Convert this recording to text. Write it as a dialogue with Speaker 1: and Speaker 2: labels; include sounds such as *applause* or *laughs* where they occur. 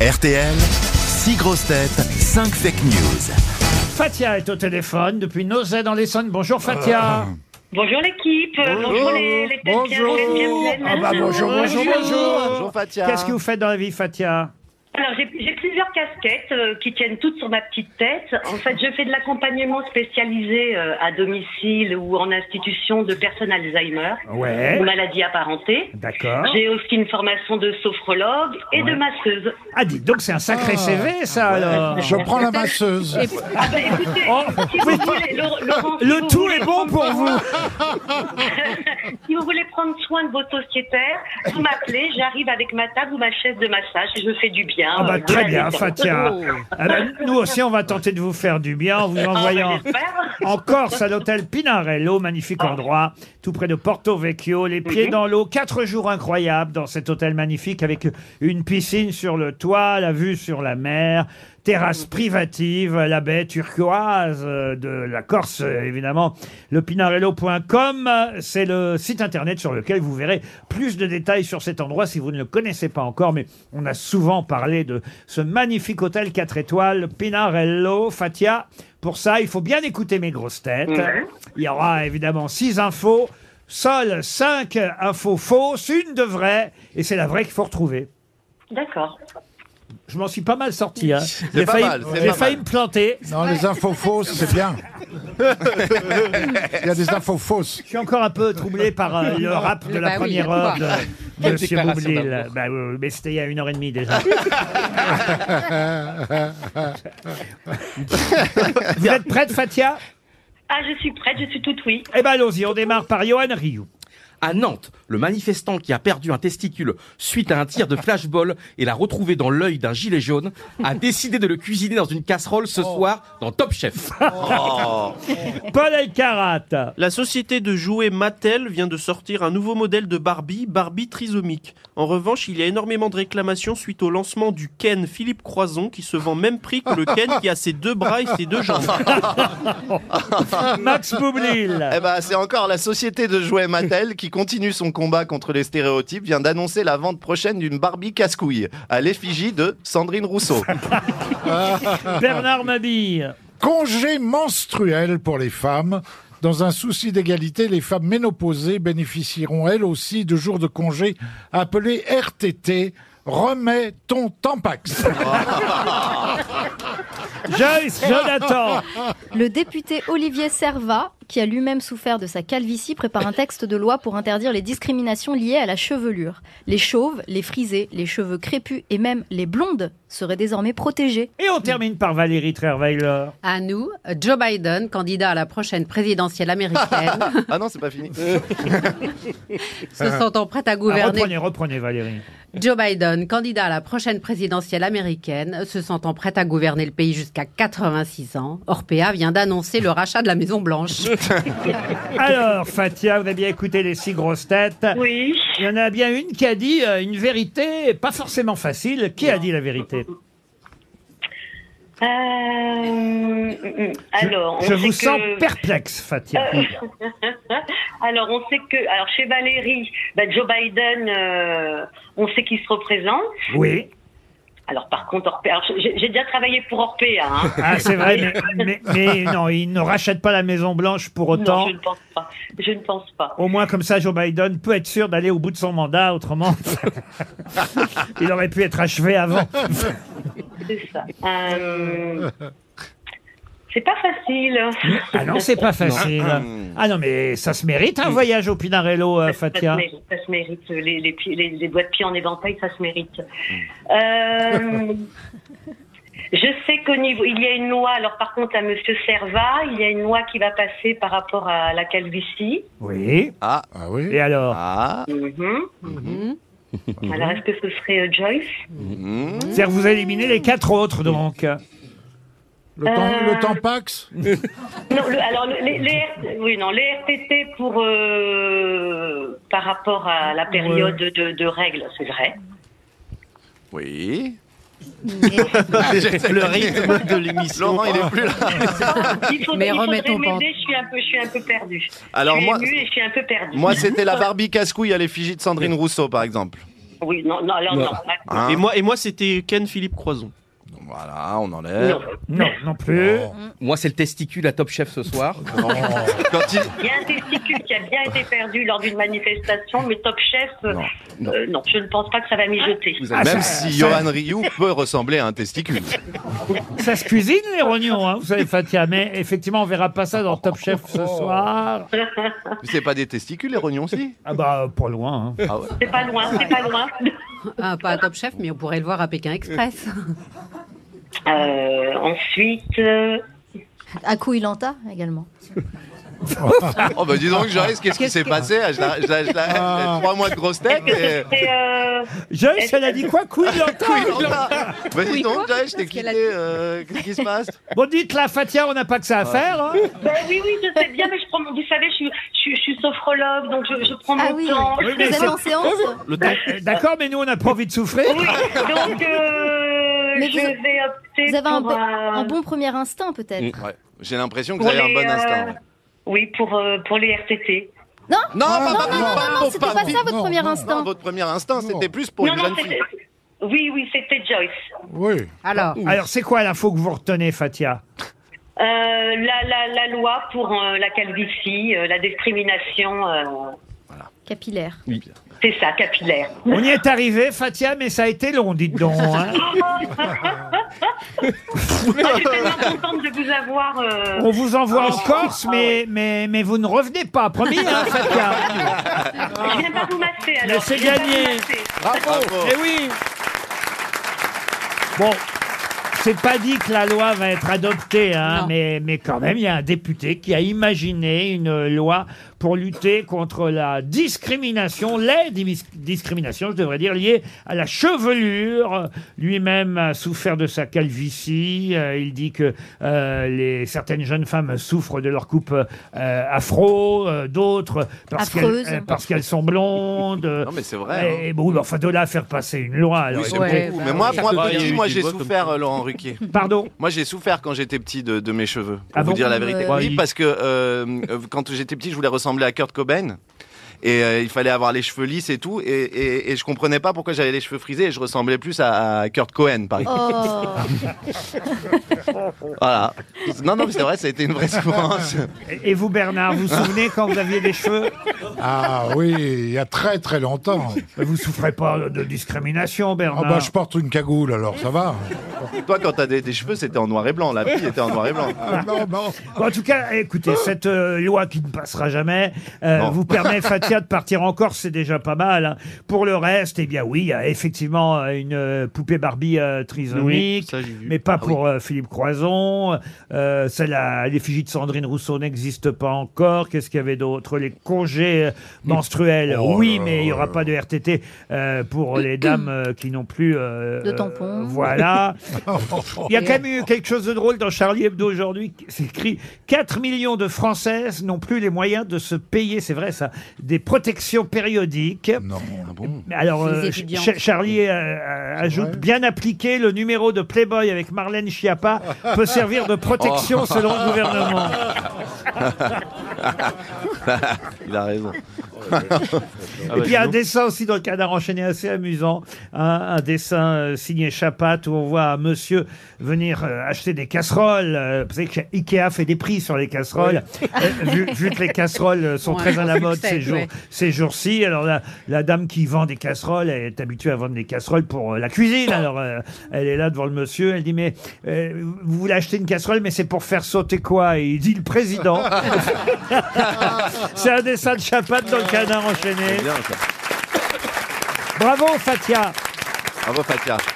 Speaker 1: RTL, 6 grosses têtes, 5 fake news.
Speaker 2: Fatia est au téléphone depuis Nozay dans l'Essonne. Bonjour Fatia.
Speaker 3: Bonjour l'équipe, euh, bonjour, les, les têtes bien,
Speaker 2: Bonjour.
Speaker 3: les têtes bien pleines.
Speaker 2: Ah bah bonjour, bonjour, bonjour.
Speaker 4: Bonjour, Fatia.
Speaker 2: Qu'est-ce que vous faites dans la vie Fatia
Speaker 3: Alors j'ai j'ai plusieurs casquettes euh, qui tiennent toutes sur ma petite tête. En fait, je fais de l'accompagnement spécialisé euh, à domicile ou en institution de personnes Alzheimer
Speaker 2: Ouais.
Speaker 3: ou maladies apparentées.
Speaker 2: D'accord.
Speaker 3: J'ai aussi une formation de sophrologue et de masseuse.
Speaker 2: Ah dites donc c'est un sacré CV ça alors.
Speaker 5: Je prends la masseuse.
Speaker 3: Ah bah,
Speaker 2: *laughs*
Speaker 3: écoutez, si vous voulez, Laure- Laurent,
Speaker 2: Oh,
Speaker 3: si
Speaker 2: Le
Speaker 3: vous
Speaker 2: tout
Speaker 3: voulez
Speaker 2: est bon
Speaker 3: prendre-
Speaker 2: *laughs* pour vous.
Speaker 3: *laughs* Si vous voulez prendre soin de vos sociétaires, vous m'appelez, j'arrive avec ma table ou ma chaise de massage et je fais du bien.
Speaker 2: Ah bah
Speaker 3: euh,
Speaker 2: très
Speaker 3: voilà,
Speaker 2: bien
Speaker 3: les-
Speaker 2: Fatia.
Speaker 3: *laughs*
Speaker 2: Ah bah, nous aussi on va tenter de vous faire du bien en vous
Speaker 3: Ah, bah,
Speaker 2: envoyant
Speaker 3: j'espère.
Speaker 2: en Corse à l'hôtel Pinarello, magnifique endroit, tout près de Porto Vecchio, les pieds dans l'eau, quatre jours incroyables dans cet hôtel magnifique avec une piscine sur le toit, la vue sur la mer, terrasse privative, la baie turquoise euh, de la Corse euh, évidemment, le pinarello.com, euh, c'est le site internet sur lequel vous verrez plus de détails sur cet endroit si vous ne le connaissez pas encore, mais on a souvent parlé de ce magnifique hôtel 4 étoiles, Pinarello, Fatia. Pour ça, il faut bien écouter mes grosses têtes.
Speaker 3: Ouais.
Speaker 2: Il y aura évidemment six infos. Seules cinq infos fausses, une de vraie, et c'est la vraie qu'il faut retrouver.
Speaker 3: D'accord.
Speaker 2: Je m'en suis pas mal sorti. Hein. J'ai
Speaker 4: pas
Speaker 2: failli,
Speaker 4: mal, c'est
Speaker 2: j'ai
Speaker 4: pas
Speaker 2: failli
Speaker 4: mal.
Speaker 2: me planter.
Speaker 5: Non, les infos fausses, c'est bien. Il y a des infos fausses.
Speaker 2: Je suis encore un peu troublé par euh, le rap de la
Speaker 6: Bah oui,
Speaker 2: première
Speaker 6: bah.
Speaker 2: heure de Monsieur
Speaker 4: déclaration
Speaker 2: Boublil. Bah, oui, oui, mais c'était il y a une heure et demie déjà. Vous êtes prête, Fatia
Speaker 3: Ah, je suis prête, je suis toute oui.
Speaker 2: Eh ben allons-y, on démarre par Johan Rioux.
Speaker 7: À Nantes, le manifestant qui a perdu un testicule suite à un tir de flashball et l'a retrouvé dans l'œil d'un gilet jaune a décidé de le cuisiner dans une casserole ce soir dans Top Chef.
Speaker 2: Paul Elkarat.
Speaker 8: La société de jouets Mattel vient de sortir un nouveau modèle de Barbie, Barbie trisomique. En revanche, il y a énormément de réclamations suite au lancement du Ken Philippe Croison qui se vend même prix que le Ken qui a ses deux bras et ses deux jambes.
Speaker 2: Max Boublil.
Speaker 4: Eh ben, c'est encore la société de jouets Mattel qui continue son combat contre les stéréotypes vient d'annoncer la vente prochaine d'une Barbie casse-couille à l'effigie de Sandrine Rousseau.
Speaker 2: Bernard Mabille.
Speaker 5: Congé menstruel pour les femmes. Dans un souci d'égalité, les femmes ménopausées bénéficieront elles aussi de jours de congé appelés RTT. Remets ton Tampax.
Speaker 2: Joyce Jonathan.
Speaker 6: Le député Olivier Servat, qui a lui-même souffert de sa calvitie, prépare un texte de loi pour interdire les discriminations liées à la chevelure. Les chauves, les frisés, les cheveux crépus et même les blondes seraient désormais protégés.
Speaker 2: Et on termine par Valérie Trierweiler.
Speaker 9: À nous, Joe Biden, candidat à la prochaine présidentielle américaine,
Speaker 4: Ah non, c'est pas fini.
Speaker 9: se sentant prêt à
Speaker 2: Ah,
Speaker 9: gouverner.
Speaker 2: reprenez, reprenez Valérie.
Speaker 9: Joe Biden, candidat à la prochaine présidentielle américaine, se sentant prêt à gouverner le pays jusqu'à 86 ans, Orpea vient d'annoncer le rachat de la Maison Blanche.
Speaker 2: Alors, Fatia, vous avez bien écouté les six grosses têtes.
Speaker 3: *laughs* Oui.
Speaker 2: Il y en a bien une qui a dit euh, une vérité pas forcément facile. Qui a dit la vérité
Speaker 3: Euh, mm, mm. alors, on
Speaker 2: Je vous
Speaker 3: sait
Speaker 2: sens
Speaker 3: que- Euh,
Speaker 2: perplexe, Fatia.
Speaker 3: Alors, on sait que, alors chez Valérie, bah, Joe Biden, euh, on sait qu'il se représente.
Speaker 2: Oui,
Speaker 3: Alors, par contre, Orpea, alors, j'ai j'ai déjà travaillé pour Orpea. Hein.
Speaker 2: ah, c'est vrai, mais, mais- mais non, il ne rachète pas la Maison Blanche pour autant.
Speaker 3: Non, je ne pense pas. Je ne pense pas.
Speaker 2: Au moins, comme ça, Joe Biden peut être sûr d'aller au bout de son mandat.
Speaker 3: *laughs*
Speaker 2: Autrement, il aurait pu être achevé avant.
Speaker 3: C'est ça. Euh, c'est pas facile. hein.
Speaker 2: Ah non, c'est pas facile. Ah Mm. non, mais ça se mérite un voyage au Pinarello, euh,
Speaker 3: Ça
Speaker 2: Fatia.
Speaker 3: se mérite, ça se mérite. Les, les, pieds- les, les doigts de pied en éventail, ça se mérite. Euh, je sais qu'au niveau, il y a une loi. Alors par contre, à Monsieur Servat, il y a une loi qui va passer par rapport à la calvitie.
Speaker 2: Oui.
Speaker 5: Ah oui
Speaker 2: Et alors
Speaker 4: Ah,
Speaker 3: Mhm. Alors est-ce que ce serait euh, Joyce
Speaker 4: hmm.
Speaker 2: C'est-à-dire que vous éliminez les quatre autres, donc.
Speaker 5: Le, tam- le Tampax
Speaker 3: Non, le- alors le- les, les R- oui, non, les RTT pour euh, par rapport à la période de, de règles, c'est vrai.
Speaker 4: Oui.
Speaker 8: *laughs* le rythme de l'émission.
Speaker 4: Laurent, il est plus là.
Speaker 9: *laughs*
Speaker 3: Il faudrait,
Speaker 9: Mais
Speaker 3: il faudrait
Speaker 9: remettons pas.
Speaker 3: m'aider, je suis un peu, je suis un peu perdue.
Speaker 4: Alors
Speaker 3: je suis
Speaker 4: moi-
Speaker 3: émue et je suis un peu perdue.
Speaker 4: Moi, c'était la Barbie casse-couille à l'effigie de Sandrine Rousseau, par exemple.
Speaker 3: Oui, non, non, alors non.
Speaker 4: Hein
Speaker 8: Et moi, et moi c'était Ken Philippe Croison.
Speaker 4: Voilà, on enlève.
Speaker 3: Non.
Speaker 2: Non, non plus.
Speaker 7: Moi, c'est le testicule à Top Chef ce soir.
Speaker 4: Quand il-
Speaker 3: Il y a un testicule qui a bien été perdu lors d'une manifestation, mais Top Chef, euh, euh,
Speaker 4: Non,
Speaker 3: non,
Speaker 4: non.
Speaker 3: je ne pense pas que ça va mijoter.
Speaker 7: Vous
Speaker 2: Ah,
Speaker 7: avez
Speaker 4: Même
Speaker 2: ça-
Speaker 4: si
Speaker 2: ça-
Speaker 4: Johan Rioux peut ressembler à un testicule.
Speaker 2: Ça se cuisine, les rognons, hein, vous savez, Fatia. Mais effectivement, on verra pas ça dans Top Chef ce
Speaker 3: Oh.
Speaker 2: soir.
Speaker 4: C'est pas des testicules, les rognons, si
Speaker 2: Ah bah, pas loin. hein.
Speaker 4: Ah ouais.
Speaker 3: C'est pas loin, c'est pas
Speaker 4: *laughs*
Speaker 3: loin.
Speaker 9: Ah, pas à Top Chef, mais on pourrait le voir à Pékin Express.
Speaker 3: Euh, ensuite, euh,
Speaker 6: À Koh-Ilanta également.
Speaker 4: Oh bah dis donc, Joris, qu'est-ce qui s'est passé Ah, Je la- je la- je la-
Speaker 9: Ah.
Speaker 4: j'ai trois mois de grosse tête
Speaker 9: *laughs*
Speaker 4: et...
Speaker 3: c'est, euh,
Speaker 2: Joyce, elle a dit quoi Couille
Speaker 4: Oui, non, bah, bah, dis
Speaker 9: Oui,
Speaker 4: donc,
Speaker 9: quoi
Speaker 4: Joris, je t'ai
Speaker 9: Parce qu'elle a
Speaker 4: quitté. euh, Qu'est-ce qui se passe
Speaker 2: Bon, dites la Fatia, on n'a pas que ça à faire. hein.
Speaker 3: ben oui, oui, je sais bien, mais je prends mon- Vous savez, je suis, je, suis- je suis sophrologue, donc je, je prends mon
Speaker 6: Ah oui,
Speaker 3: temps.
Speaker 6: vous
Speaker 2: mais
Speaker 6: êtes
Speaker 2: c'est-
Speaker 6: en séance
Speaker 8: Le temps.
Speaker 2: Euh, D'accord, mais nous, on n'a pas envie de souffrir.
Speaker 3: Oui, donc euh,
Speaker 6: Mais
Speaker 3: je
Speaker 6: vous-
Speaker 3: vais opter
Speaker 6: Vous avez un,
Speaker 3: pour...
Speaker 6: bo-
Speaker 3: euh,
Speaker 6: un bon premier instinct peut-être.
Speaker 4: Ouais, J'ai l'impression que vous
Speaker 3: pour
Speaker 4: avez un
Speaker 3: les,
Speaker 4: bon
Speaker 3: euh,
Speaker 4: instinct. ouais.
Speaker 3: Oui, pour, euh, pour les RTT.
Speaker 6: Non
Speaker 4: Non,
Speaker 5: Non,
Speaker 4: pas-
Speaker 5: non,
Speaker 4: pas-
Speaker 5: non,
Speaker 4: pas-
Speaker 5: non,
Speaker 4: pas-
Speaker 6: non, c'était pas ça votre
Speaker 5: non,
Speaker 6: premier
Speaker 5: non,
Speaker 4: Non,
Speaker 6: instinct.
Speaker 4: votre premier instinct, c'était
Speaker 5: Non.
Speaker 4: plus pour
Speaker 3: non,
Speaker 4: une
Speaker 3: non,
Speaker 4: jeune
Speaker 3: c'était...
Speaker 4: fille.
Speaker 3: Oui, oui, c'était Joyce.
Speaker 5: Oui.
Speaker 9: Alors,
Speaker 2: Alors, c'est quoi l'info que vous retenez, Fatia
Speaker 3: Euh, la, la, la loi pour euh, la calvitie, euh, la discrimination, euh,
Speaker 6: Capillaire.
Speaker 3: c'est ça, capillaire.
Speaker 2: On y est arrivé, Fatia, mais ça a été long, dites donc. hein.
Speaker 3: Ah, Je suis tellement contente de vous avoir. euh,
Speaker 2: On vous envoie en
Speaker 3: Ah,
Speaker 2: Corse,
Speaker 3: ah
Speaker 2: mais, mais, mais vous ne revenez pas, promis, hein, Fatia
Speaker 3: Je viens pas vous masser alors.
Speaker 2: Mais c'est
Speaker 3: Je viens pas vous
Speaker 2: gagné.
Speaker 3: masser.
Speaker 4: Bravo.
Speaker 2: Eh oui Bon, c'est pas dit que la loi va être adoptée, hein,
Speaker 9: Non.
Speaker 2: mais, mais quand même, il y a un député qui a imaginé une loi pour lutter contre la discrimination, les dimis- discriminations, je devrais dire, liées à la chevelure. Lui-même a souffert de sa calvitie. Euh, il dit que euh, les, certaines jeunes femmes souffrent de leur coupe euh, afro, euh, d'autres parce qu'elles
Speaker 6: Affreuse.
Speaker 2: euh, parce qu'elles sont blondes.
Speaker 4: Non, mais c'est vrai. hein.
Speaker 2: Eh, bon, mais enfin, de là à faire passer une loi. Alors,
Speaker 4: Oui, c'est
Speaker 2: écoutez,
Speaker 9: Ouais,
Speaker 4: beaucoup.
Speaker 9: bah
Speaker 4: Mais moi,
Speaker 9: oui.
Speaker 4: moi,
Speaker 8: Ah, il y a
Speaker 4: petit,
Speaker 8: eu
Speaker 4: moi
Speaker 8: des
Speaker 4: j'ai
Speaker 8: voix comme
Speaker 4: souffert, euh, Laurent Ruquier.
Speaker 2: Pardon
Speaker 4: Moi, j'ai souffert quand j'étais petit de, de mes cheveux, pour
Speaker 2: Ah
Speaker 4: vous
Speaker 2: bon
Speaker 4: dire la vérité.
Speaker 2: Ouais.
Speaker 4: Oui, parce que euh, *laughs* euh, quand j'étais petit, je voulais ressembler à Kurt Cobain. Et euh, il fallait avoir les cheveux lisses et tout. Et, et, et je comprenais pas pourquoi j'avais les cheveux frisés et je ressemblais plus à, à Kurt Cohen, par exemple.
Speaker 6: Oh,
Speaker 4: Voilà. Non, non, mais c'est vrai, ça a été une vraie souffrance.
Speaker 2: Et et vous, Bernard, vous vous souvenez quand vous aviez des cheveux
Speaker 5: Ah oui, il y a très très longtemps.
Speaker 2: Vous souffrez pas de discrimination,
Speaker 5: Ah
Speaker 2: Bernard.
Speaker 5: bah je porte une cagoule alors, ça va.
Speaker 4: *laughs* Toi, quand t'as des, des cheveux, c'était en noir et blanc. La fille était en noir et blanc.
Speaker 2: Ah,
Speaker 5: non, non.
Speaker 2: En tout cas, écoutez, cette euh, loi qui ne passera jamais euh,
Speaker 4: Non.
Speaker 2: vous permet, Fatia, de partir en Corse, c'est déjà pas mal. hein. Pour le reste, eh bien oui, il y a effectivement euh, une euh, poupée Barbie euh, trisomique.
Speaker 8: ça j'ai vu.
Speaker 2: mais
Speaker 5: Ah
Speaker 2: pas
Speaker 4: Ah
Speaker 2: pour euh, Philippe Croison. Euh, celle à l'effigie de Sandrine Rousseau n'existe pas encore. Qu'est-ce qu'il y avait d'autre Les congés euh, menstruels,
Speaker 5: Oh
Speaker 2: oui,
Speaker 5: là
Speaker 2: mais il n'y
Speaker 5: là
Speaker 2: aura
Speaker 5: là.
Speaker 2: pas de RTT euh, pour
Speaker 5: *clears throat*
Speaker 2: les dames euh, qui n'ont plus... euh,
Speaker 6: De tampons.
Speaker 2: euh,
Speaker 5: *laughs*
Speaker 2: voilà. Il y a quand même eu quelque chose de drôle dans Charlie Hebdo aujourd'hui. qui- C'est écrit 4 millions de Françaises n'ont plus les moyens de se payer, c'est vrai ça, des protections périodiques.
Speaker 5: Non.
Speaker 2: Mais alors,
Speaker 9: Les
Speaker 2: euh,
Speaker 9: étudiantes.
Speaker 2: Ch- Charlie euh, euh, ajoute
Speaker 5: vrai.
Speaker 2: bien appliqué, le numéro de Playboy avec Marlène Schiappa peut servir de protection selon le gouvernement.
Speaker 4: Il a raison.
Speaker 8: Ah
Speaker 2: Et
Speaker 9: Ah
Speaker 8: ouais,
Speaker 9: bah,
Speaker 2: puis il y a un
Speaker 8: dis donc.
Speaker 2: dessin aussi dans le canard enchaîné assez amusant, hein, un dessin euh, signé Chapat où on voit un monsieur venir euh, acheter des casseroles. euh, vous savez que Ikea fait des prix sur les casseroles, Euh, vu, vu que les casseroles euh, sont
Speaker 9: Ouais,
Speaker 2: très à la
Speaker 9: un
Speaker 2: mode
Speaker 9: succès,
Speaker 2: ces, jours,
Speaker 9: ouais.
Speaker 2: ces jours-ci. Alors la, la dame qui vend des casseroles, elle est habituée à vendre des casseroles pour euh, la cuisine. Alors euh, elle est là devant le monsieur, elle dit mais euh, vous voulez acheter une casserole mais c'est pour faire sauter quoi Et il dit
Speaker 9: *laughs*
Speaker 2: le président. *laughs* c'est un dessin de Chapat dans le canard enchaîné.
Speaker 4: C'est bien, ça.
Speaker 2: Bravo Fatia
Speaker 4: Bravo, Fatia.